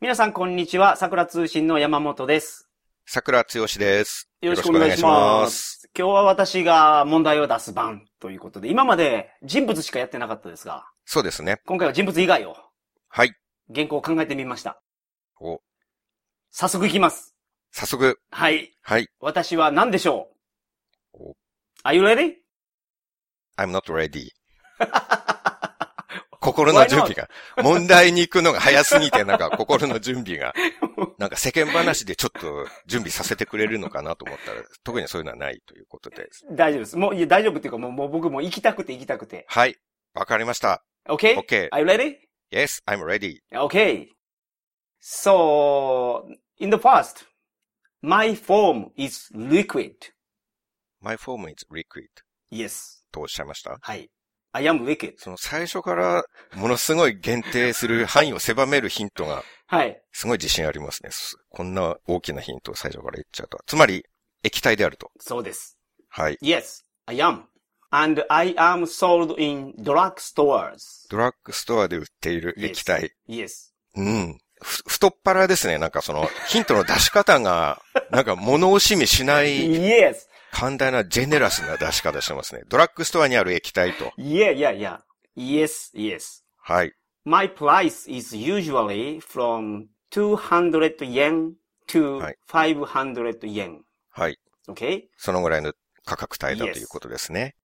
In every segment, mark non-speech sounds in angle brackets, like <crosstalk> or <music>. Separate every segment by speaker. Speaker 1: 皆さん、こんにちは。桜通信の山本です。
Speaker 2: 桜剛です。
Speaker 1: よろしくお願いしま。
Speaker 2: よろしくお願いします
Speaker 1: 今日は私が問題を出す番ということで、今まで人物しかやってなかったですが、
Speaker 2: そうですね。
Speaker 1: 今回は人物以外を
Speaker 2: はい。
Speaker 1: 原稿を考えてみました。
Speaker 2: お、
Speaker 1: 早速いきます。
Speaker 2: 早速。
Speaker 1: はい。
Speaker 2: はい。
Speaker 1: 私は何でしょう
Speaker 2: お
Speaker 1: ?Are you ready?
Speaker 2: I'm not
Speaker 1: <laughs>
Speaker 2: ready. 心の準備が。問題に行くのが早すぎて、
Speaker 1: <laughs>
Speaker 2: なんか心の準備が。なんか世間話でちょっと準備させてくれるのかなと思ったら、特にそういうのはないということです。
Speaker 1: 大丈夫です。もう、いや、大丈夫っていうか、もう、もう僕も行きたくて行きたくて。
Speaker 2: はい。わかりました。
Speaker 1: Okay?Are
Speaker 2: OK。
Speaker 1: you ready?
Speaker 2: Yes, I'm ready.
Speaker 1: Okay. So, in the past, my form is liquid.
Speaker 2: My form is liquid.
Speaker 1: Yes.
Speaker 2: とおっしゃいました
Speaker 1: はい。I am liquid.
Speaker 2: その最初からものすごい限定する範囲を狭めるヒントが
Speaker 1: はい。
Speaker 2: すごい自信ありますね。すこんな大きなヒントを最初から言っちゃうとは。つまり、液体であると。
Speaker 1: そうです。
Speaker 2: はい。
Speaker 1: Yes, I am. And I am sold in drugstores.
Speaker 2: ドラッグストアで売っている
Speaker 1: Yes.
Speaker 2: 液体。
Speaker 1: Yes.
Speaker 2: うん。ふ太っ腹ですね。なんかその、ヒントの出し方が、 <laughs> なんか物惜しみしない、
Speaker 1: Yes.
Speaker 2: 寛大なジェネラスな出し方してますね。ドラッグストアにある液体と。
Speaker 1: Yeah, yeah, yeah. Yes, yes.
Speaker 2: はい。
Speaker 1: My price is usually from 200 yen to
Speaker 2: はい
Speaker 1: 500 yen.
Speaker 2: はい。
Speaker 1: Okay?
Speaker 2: そのぐらいの価格帯だ
Speaker 1: Yes.
Speaker 2: ということですね。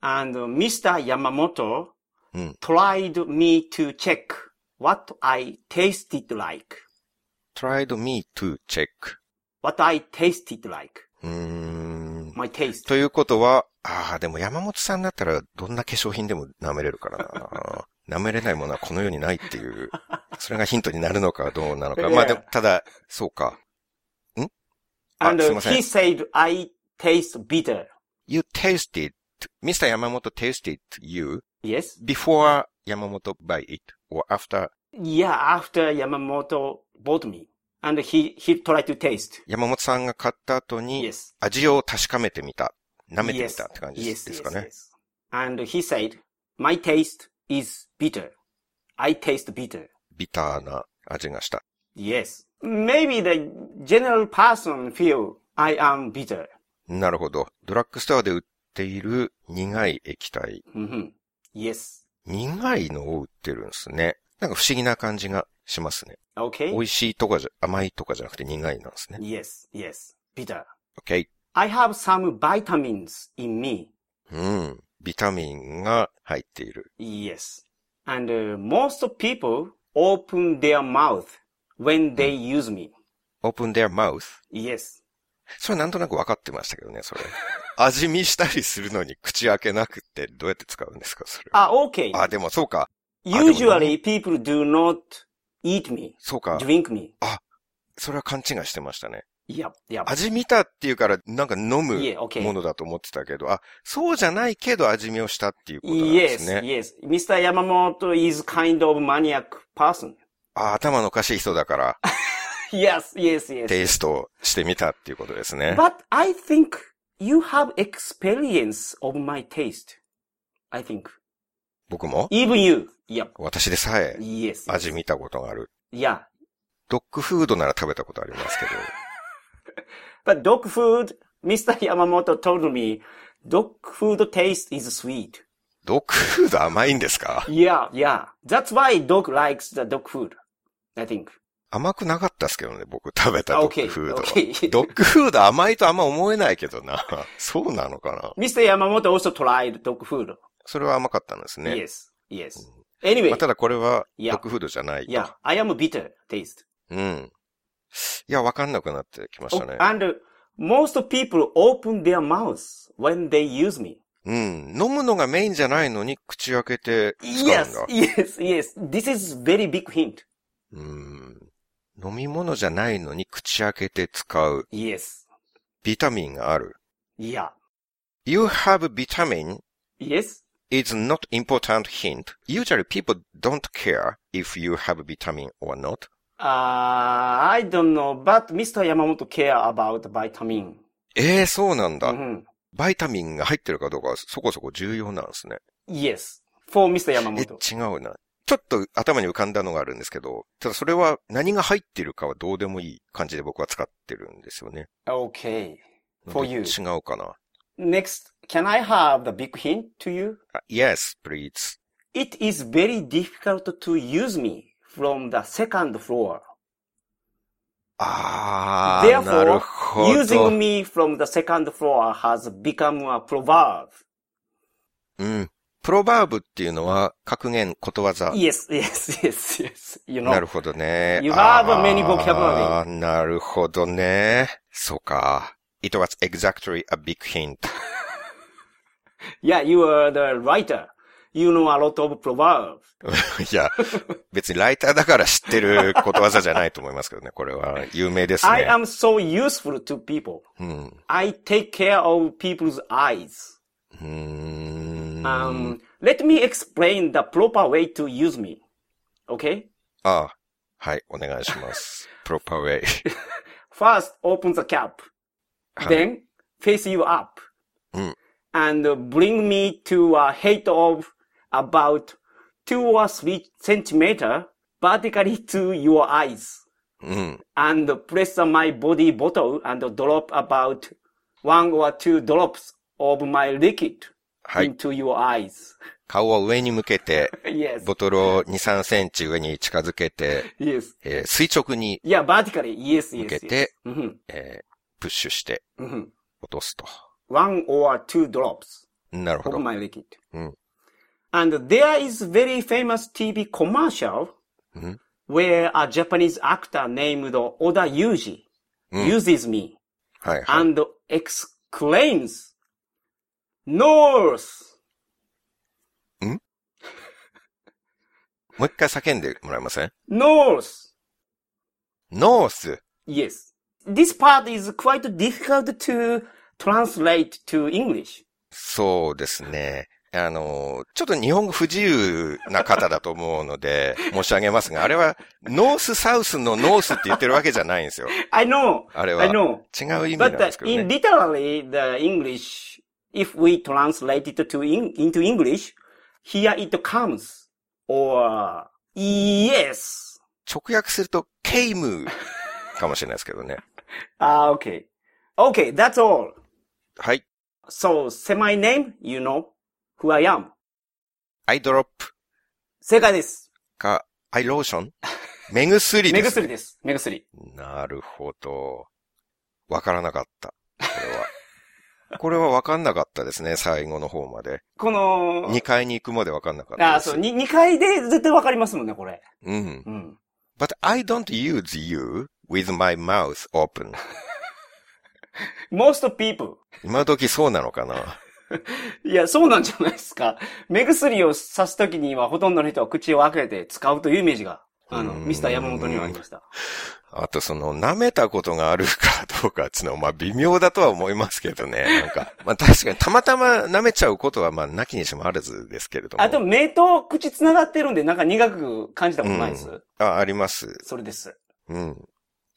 Speaker 1: And Mr. Yamamoto
Speaker 2: うん
Speaker 1: tried me to check what I tasted like.
Speaker 2: tried me to check.
Speaker 1: What I tasted like.
Speaker 2: うーん。
Speaker 1: My taste.
Speaker 2: ということは、ああ、でも山本さんだったらどんな化粧品でも舐めれるからな。 <laughs> 舐めれないものはこの世にないっていう。それがヒントになるのかどうなのか。まあでも、ただ、そうか。あ
Speaker 1: And uh,
Speaker 2: すいません
Speaker 1: he said I taste bitter.
Speaker 2: You tasted, Mr. 山本 tasted you
Speaker 1: Yes.
Speaker 2: before 山本 buy it or after
Speaker 1: Yeah, after Yamamoto bought me. And he, he tried to taste.
Speaker 2: 山本さんが買った後に
Speaker 1: Yes.
Speaker 2: 味を確かめてみた。舐めてみ
Speaker 1: Yes.
Speaker 2: たって感じ
Speaker 1: Yes,
Speaker 2: ですか
Speaker 1: yes,
Speaker 2: ね。
Speaker 1: yes. And he said, my taste is bitter. I taste bitter.
Speaker 2: ビターな味がした。
Speaker 1: Yes. Maybe the general person feel I am bitter.
Speaker 2: なるほど。ドラッグストアで売っている苦い液体。
Speaker 1: hmm Yes.
Speaker 2: 苦いのを売ってるんですね。なんか不思議な感じがしますね。
Speaker 1: Okay.
Speaker 2: 美味しいとかじゃ、甘いとかじゃなくて苦いなんですね。
Speaker 1: Yes, yes. Bitter.
Speaker 2: OK。
Speaker 1: I have some vitamins in me.
Speaker 2: うん。ビタミンが入っている。
Speaker 1: Yes. And uh, most people open their mouth when they use me.
Speaker 2: open their mouth.
Speaker 1: Yes.
Speaker 2: それなんとなく分かってましたけどね、それ。味見したりするのに口開けなくってどうやって使うんですか、それ。
Speaker 1: Ah, okay.
Speaker 2: あ、でもそうか。
Speaker 1: Usually people do not eat me,
Speaker 2: そうか。
Speaker 1: drink me.
Speaker 2: それは勘違いしてましたね。
Speaker 1: Yep, yep.
Speaker 2: 味見たっていうから、なんか飲む
Speaker 1: Yeah, okay.
Speaker 2: ものだと思ってたけど、あ、そうじゃないけど味見をしたっていうことなんです
Speaker 1: Yes,
Speaker 2: ね。
Speaker 1: yes. Mr. Yamamoto is kind of maniac person. <laughs>
Speaker 2: あ、頭のおかしい人だから。
Speaker 1: Yes, yes, yes.
Speaker 2: テイストしてみたっていうことですね。
Speaker 1: But I think you have experience of my taste. I think.
Speaker 2: 僕も
Speaker 1: Even you. Yep.
Speaker 2: 私でさえ
Speaker 1: Yes.
Speaker 2: 味見たことがある。
Speaker 1: Yeah.
Speaker 2: ドッグフードなら食べたことありますけど。 <laughs>
Speaker 1: But dog food, <laughs> Mr. Yamamoto told me, dog food taste is sweet.
Speaker 2: ドッグフード甘いんですか
Speaker 1: Yeah, yeah. That's why dog likes the dog food. I think.
Speaker 2: 甘くなかったっすけどね、僕食べたドッ
Speaker 1: Okay,
Speaker 2: グフードは。
Speaker 1: okay. <laughs>
Speaker 2: ドッグフード甘いとあんま思えないけどな。そうなのかな
Speaker 1: Mr. Yamamoto also tried dog food.
Speaker 2: それは甘かったんですね。
Speaker 1: Yes, yes. Anyway,
Speaker 2: まあ、ただこれは、
Speaker 1: い
Speaker 2: ド
Speaker 1: や
Speaker 2: ッグフードじゃないと。
Speaker 1: yeah, I am a bitter taste.
Speaker 2: うん。いや、わかんなくなってきました
Speaker 1: Oh,
Speaker 2: ね。
Speaker 1: and uh, most people open their mouths when they use me.
Speaker 2: うん。飲むのがメインじゃないのに口開けて使うんだ。
Speaker 1: Yes, <laughs> yes, yes. This is very big hint.
Speaker 2: うん。飲み物じゃないのに口開けて使う。
Speaker 1: Yes.
Speaker 2: ビタミンがある。
Speaker 1: Yeah.
Speaker 2: You have vitamin
Speaker 1: Yes.
Speaker 2: is not important hint. Usually people don't care if you have vitamin or not.
Speaker 1: Uh, I don't know, but Mr. Yamamoto care about vitamin.
Speaker 2: ええそうなんだ。
Speaker 1: Mhm.
Speaker 2: バイタミンが入ってるかどうかはそこそこ重要なんですね。
Speaker 1: Yes. For Mr.
Speaker 2: え、
Speaker 1: Yamamoto.
Speaker 2: 違うな。ちょっと頭に浮かんだのがあるんですけど、ただそれは何が入ってるかはどうでもいい感じで僕は使ってるんですよね。
Speaker 1: Okay. For
Speaker 2: 違
Speaker 1: you.
Speaker 2: うかな。
Speaker 1: Next, can I have the big hint to you?
Speaker 2: あ yes, please.
Speaker 1: It is very difficult to use me from the second floor.
Speaker 2: あー、なる
Speaker 1: Therefore,
Speaker 2: ほ
Speaker 1: using
Speaker 2: ど。
Speaker 1: me from the second floor has become a proverb.
Speaker 2: うん。プロバーブっていうのは格言、ことわざ。
Speaker 1: Yes, <laughs> yes, yes, yes. You
Speaker 2: な
Speaker 1: know.
Speaker 2: るほどね。
Speaker 1: You have
Speaker 2: あー
Speaker 1: many vocabulary.
Speaker 2: あーなるほどね。そうか。It was exactly a big hint. <laughs>
Speaker 1: Yeah, you are the writer. You know a lot of proverbs.
Speaker 2: いや、別にライターだから知ってることわざじゃないと思いますけどね。これは有名です
Speaker 1: I
Speaker 2: ね。
Speaker 1: am so useful to people.
Speaker 2: うん。
Speaker 1: I take care of people's eyes.
Speaker 2: うーん
Speaker 1: Um, let me explain the proper way to use me. Okay?
Speaker 2: ああはい、お願いし <laughs> ます。プロパウェイ。
Speaker 1: First, open the cap.
Speaker 2: はい
Speaker 1: Then, face you up.
Speaker 2: うん。
Speaker 1: And uh, bring me to a height of about two or three centimeter vertically to your eyes.
Speaker 2: うん。
Speaker 1: and press on my body bottle and drop about one or two drops of my liquid
Speaker 2: はい。
Speaker 1: into your eyes. <laughs>
Speaker 2: 顔を上に向けて、
Speaker 1: yes.
Speaker 2: ボトルを2、3センチ上に近づけて、
Speaker 1: Yes.
Speaker 2: えー垂直に、
Speaker 1: Yeah, vertically. Yes, yes.
Speaker 2: 向け
Speaker 1: yes.
Speaker 2: て、
Speaker 1: Mhm,
Speaker 2: えープッシュして
Speaker 1: mhm.
Speaker 2: 落とすと。
Speaker 1: One or two drops
Speaker 2: なるほ
Speaker 1: of
Speaker 2: ど。
Speaker 1: my liquid.
Speaker 2: うん。
Speaker 1: And there is very famous TV commercial
Speaker 2: Mhm.
Speaker 1: where a Japanese actor named Oda Yuji uses me
Speaker 2: はいはい。
Speaker 1: and exclaims, North!
Speaker 2: もう一回叫んでもらえません
Speaker 1: North.
Speaker 2: ノース
Speaker 1: Yes. This part is quite difficult to translate to English.
Speaker 2: そうですね。あの、ちょっと日本語不自由な方だと思うので、申し上げますが、あれは、ノースサウスのノースって言ってるわけじゃないんですよ。
Speaker 1: I know.
Speaker 2: あれは <laughs>
Speaker 1: I。know.
Speaker 2: 違う意味なん
Speaker 1: But
Speaker 2: で
Speaker 1: uh,
Speaker 2: すけど
Speaker 1: in
Speaker 2: ね。
Speaker 1: literally the English, if we translate it to in, into English, here it comes. Or yes.
Speaker 2: 直訳すると、ケイムかもしれないですけどね。 <laughs>
Speaker 1: Ah, okay. Okay, that's all.
Speaker 2: はい。
Speaker 1: So say my name, you know who I am.
Speaker 2: アイドロップ
Speaker 1: 正解です。
Speaker 2: か、アイローシ
Speaker 1: <laughs>
Speaker 2: ョン目薬
Speaker 1: 目
Speaker 2: です、
Speaker 1: 薬
Speaker 2: ね。
Speaker 1: です。目薬。
Speaker 2: なるほど。わからなかった。これは。 <laughs> これはわかんなかったですね、最後の方まで。
Speaker 1: この、
Speaker 2: 2階に行くまでわかんなかった
Speaker 1: あ
Speaker 2: で
Speaker 1: ー、
Speaker 2: す。
Speaker 1: そう、に二回で絶対わかりますもんね、これ。
Speaker 2: うん。
Speaker 1: うん。
Speaker 2: But I don't use you with my mouth open.
Speaker 1: most people.
Speaker 2: 今時そうなのかない
Speaker 1: や、そうなんじゃないですか。目薬をさすときにはほとんどの人は口を開けて使うというイメージが、あの、
Speaker 2: うーん
Speaker 1: ミスター山本にはありました。
Speaker 2: あとその舐めたことがあるかどうかっていうのはまあ微妙だとは思いますけど
Speaker 1: <laughs>
Speaker 2: ね。なんか、まあ確かにたまたま舐めちゃうことはまあなきにしもあらずですけれども。
Speaker 1: あと、目と口つながってるんで、なんか苦く感じたことないです。
Speaker 2: あ、あります。
Speaker 1: それです。
Speaker 2: うん。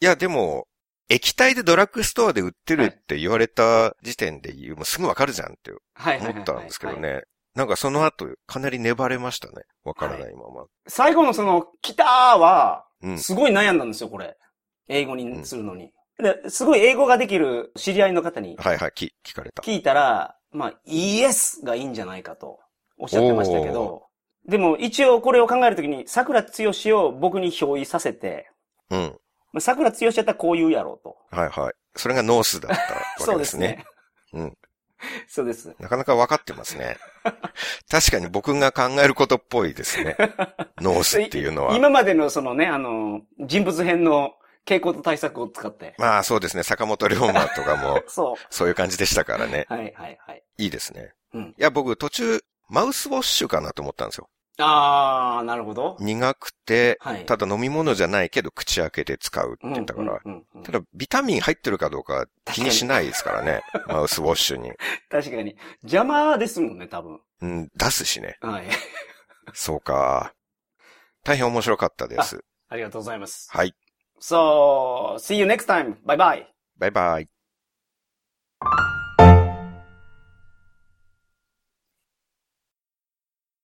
Speaker 2: いやでも、液体でドラッグストアで売ってるって言われた時点で言う、もうすぐわかるじゃんって
Speaker 1: はいはいはい、はい。
Speaker 2: 思ったんですけど
Speaker 1: はい。
Speaker 2: ね。なんかその後、かなり粘れましたね。わからないまま。
Speaker 1: 最後のその、来たーは、
Speaker 2: うん。
Speaker 1: すごい悩んだんですよ、これ。英語にするのに。ですごい英語ができる知り合いの方に
Speaker 2: はいはい、き聞かれた。
Speaker 1: 聞いたら、まあ、イエスがいいんじゃないかとおっしゃってましたけど、でも一応これを考えるときに、桜つよしを僕に憑依させて、
Speaker 2: うん。
Speaker 1: まあ、桜つよしやったらこう言うやろうと。
Speaker 2: はいはい。それがノースだったわ
Speaker 1: そ
Speaker 2: け
Speaker 1: う
Speaker 2: で
Speaker 1: ですす
Speaker 2: ね。
Speaker 1: ね。
Speaker 2: うん。
Speaker 1: <laughs> そうです。
Speaker 2: なかなか分かってますね。確かに僕が考えることっぽいですね。ノースっていうのは。
Speaker 1: 今までのそのね、あの、人物編の傾向と対策を使って。
Speaker 2: まあそうですね。坂本龍馬とかも、
Speaker 1: そ
Speaker 2: そういう感じでしたからね。
Speaker 1: う。はいはいはい。
Speaker 2: いいですね。
Speaker 1: うん
Speaker 2: いや、僕途中、マウスウォッシュかなと思ったんですよ。
Speaker 1: あー、なるほど。
Speaker 2: 苦くて、
Speaker 1: はい。
Speaker 2: ただ飲み物じゃないけど口開けて使うって言ったから。
Speaker 1: うんうんうんうん
Speaker 2: ただ、ビタミン入ってるかどうか気にしないですからね。マウスウォッシュに。
Speaker 1: 確かに。邪魔ですもんね、多分。
Speaker 2: うん、出すしね。
Speaker 1: はい。
Speaker 2: そうか。大変面白かったです。
Speaker 1: ありがとうございます。
Speaker 2: はい。
Speaker 1: So, see you next time. Bye bye.
Speaker 2: バイバイ。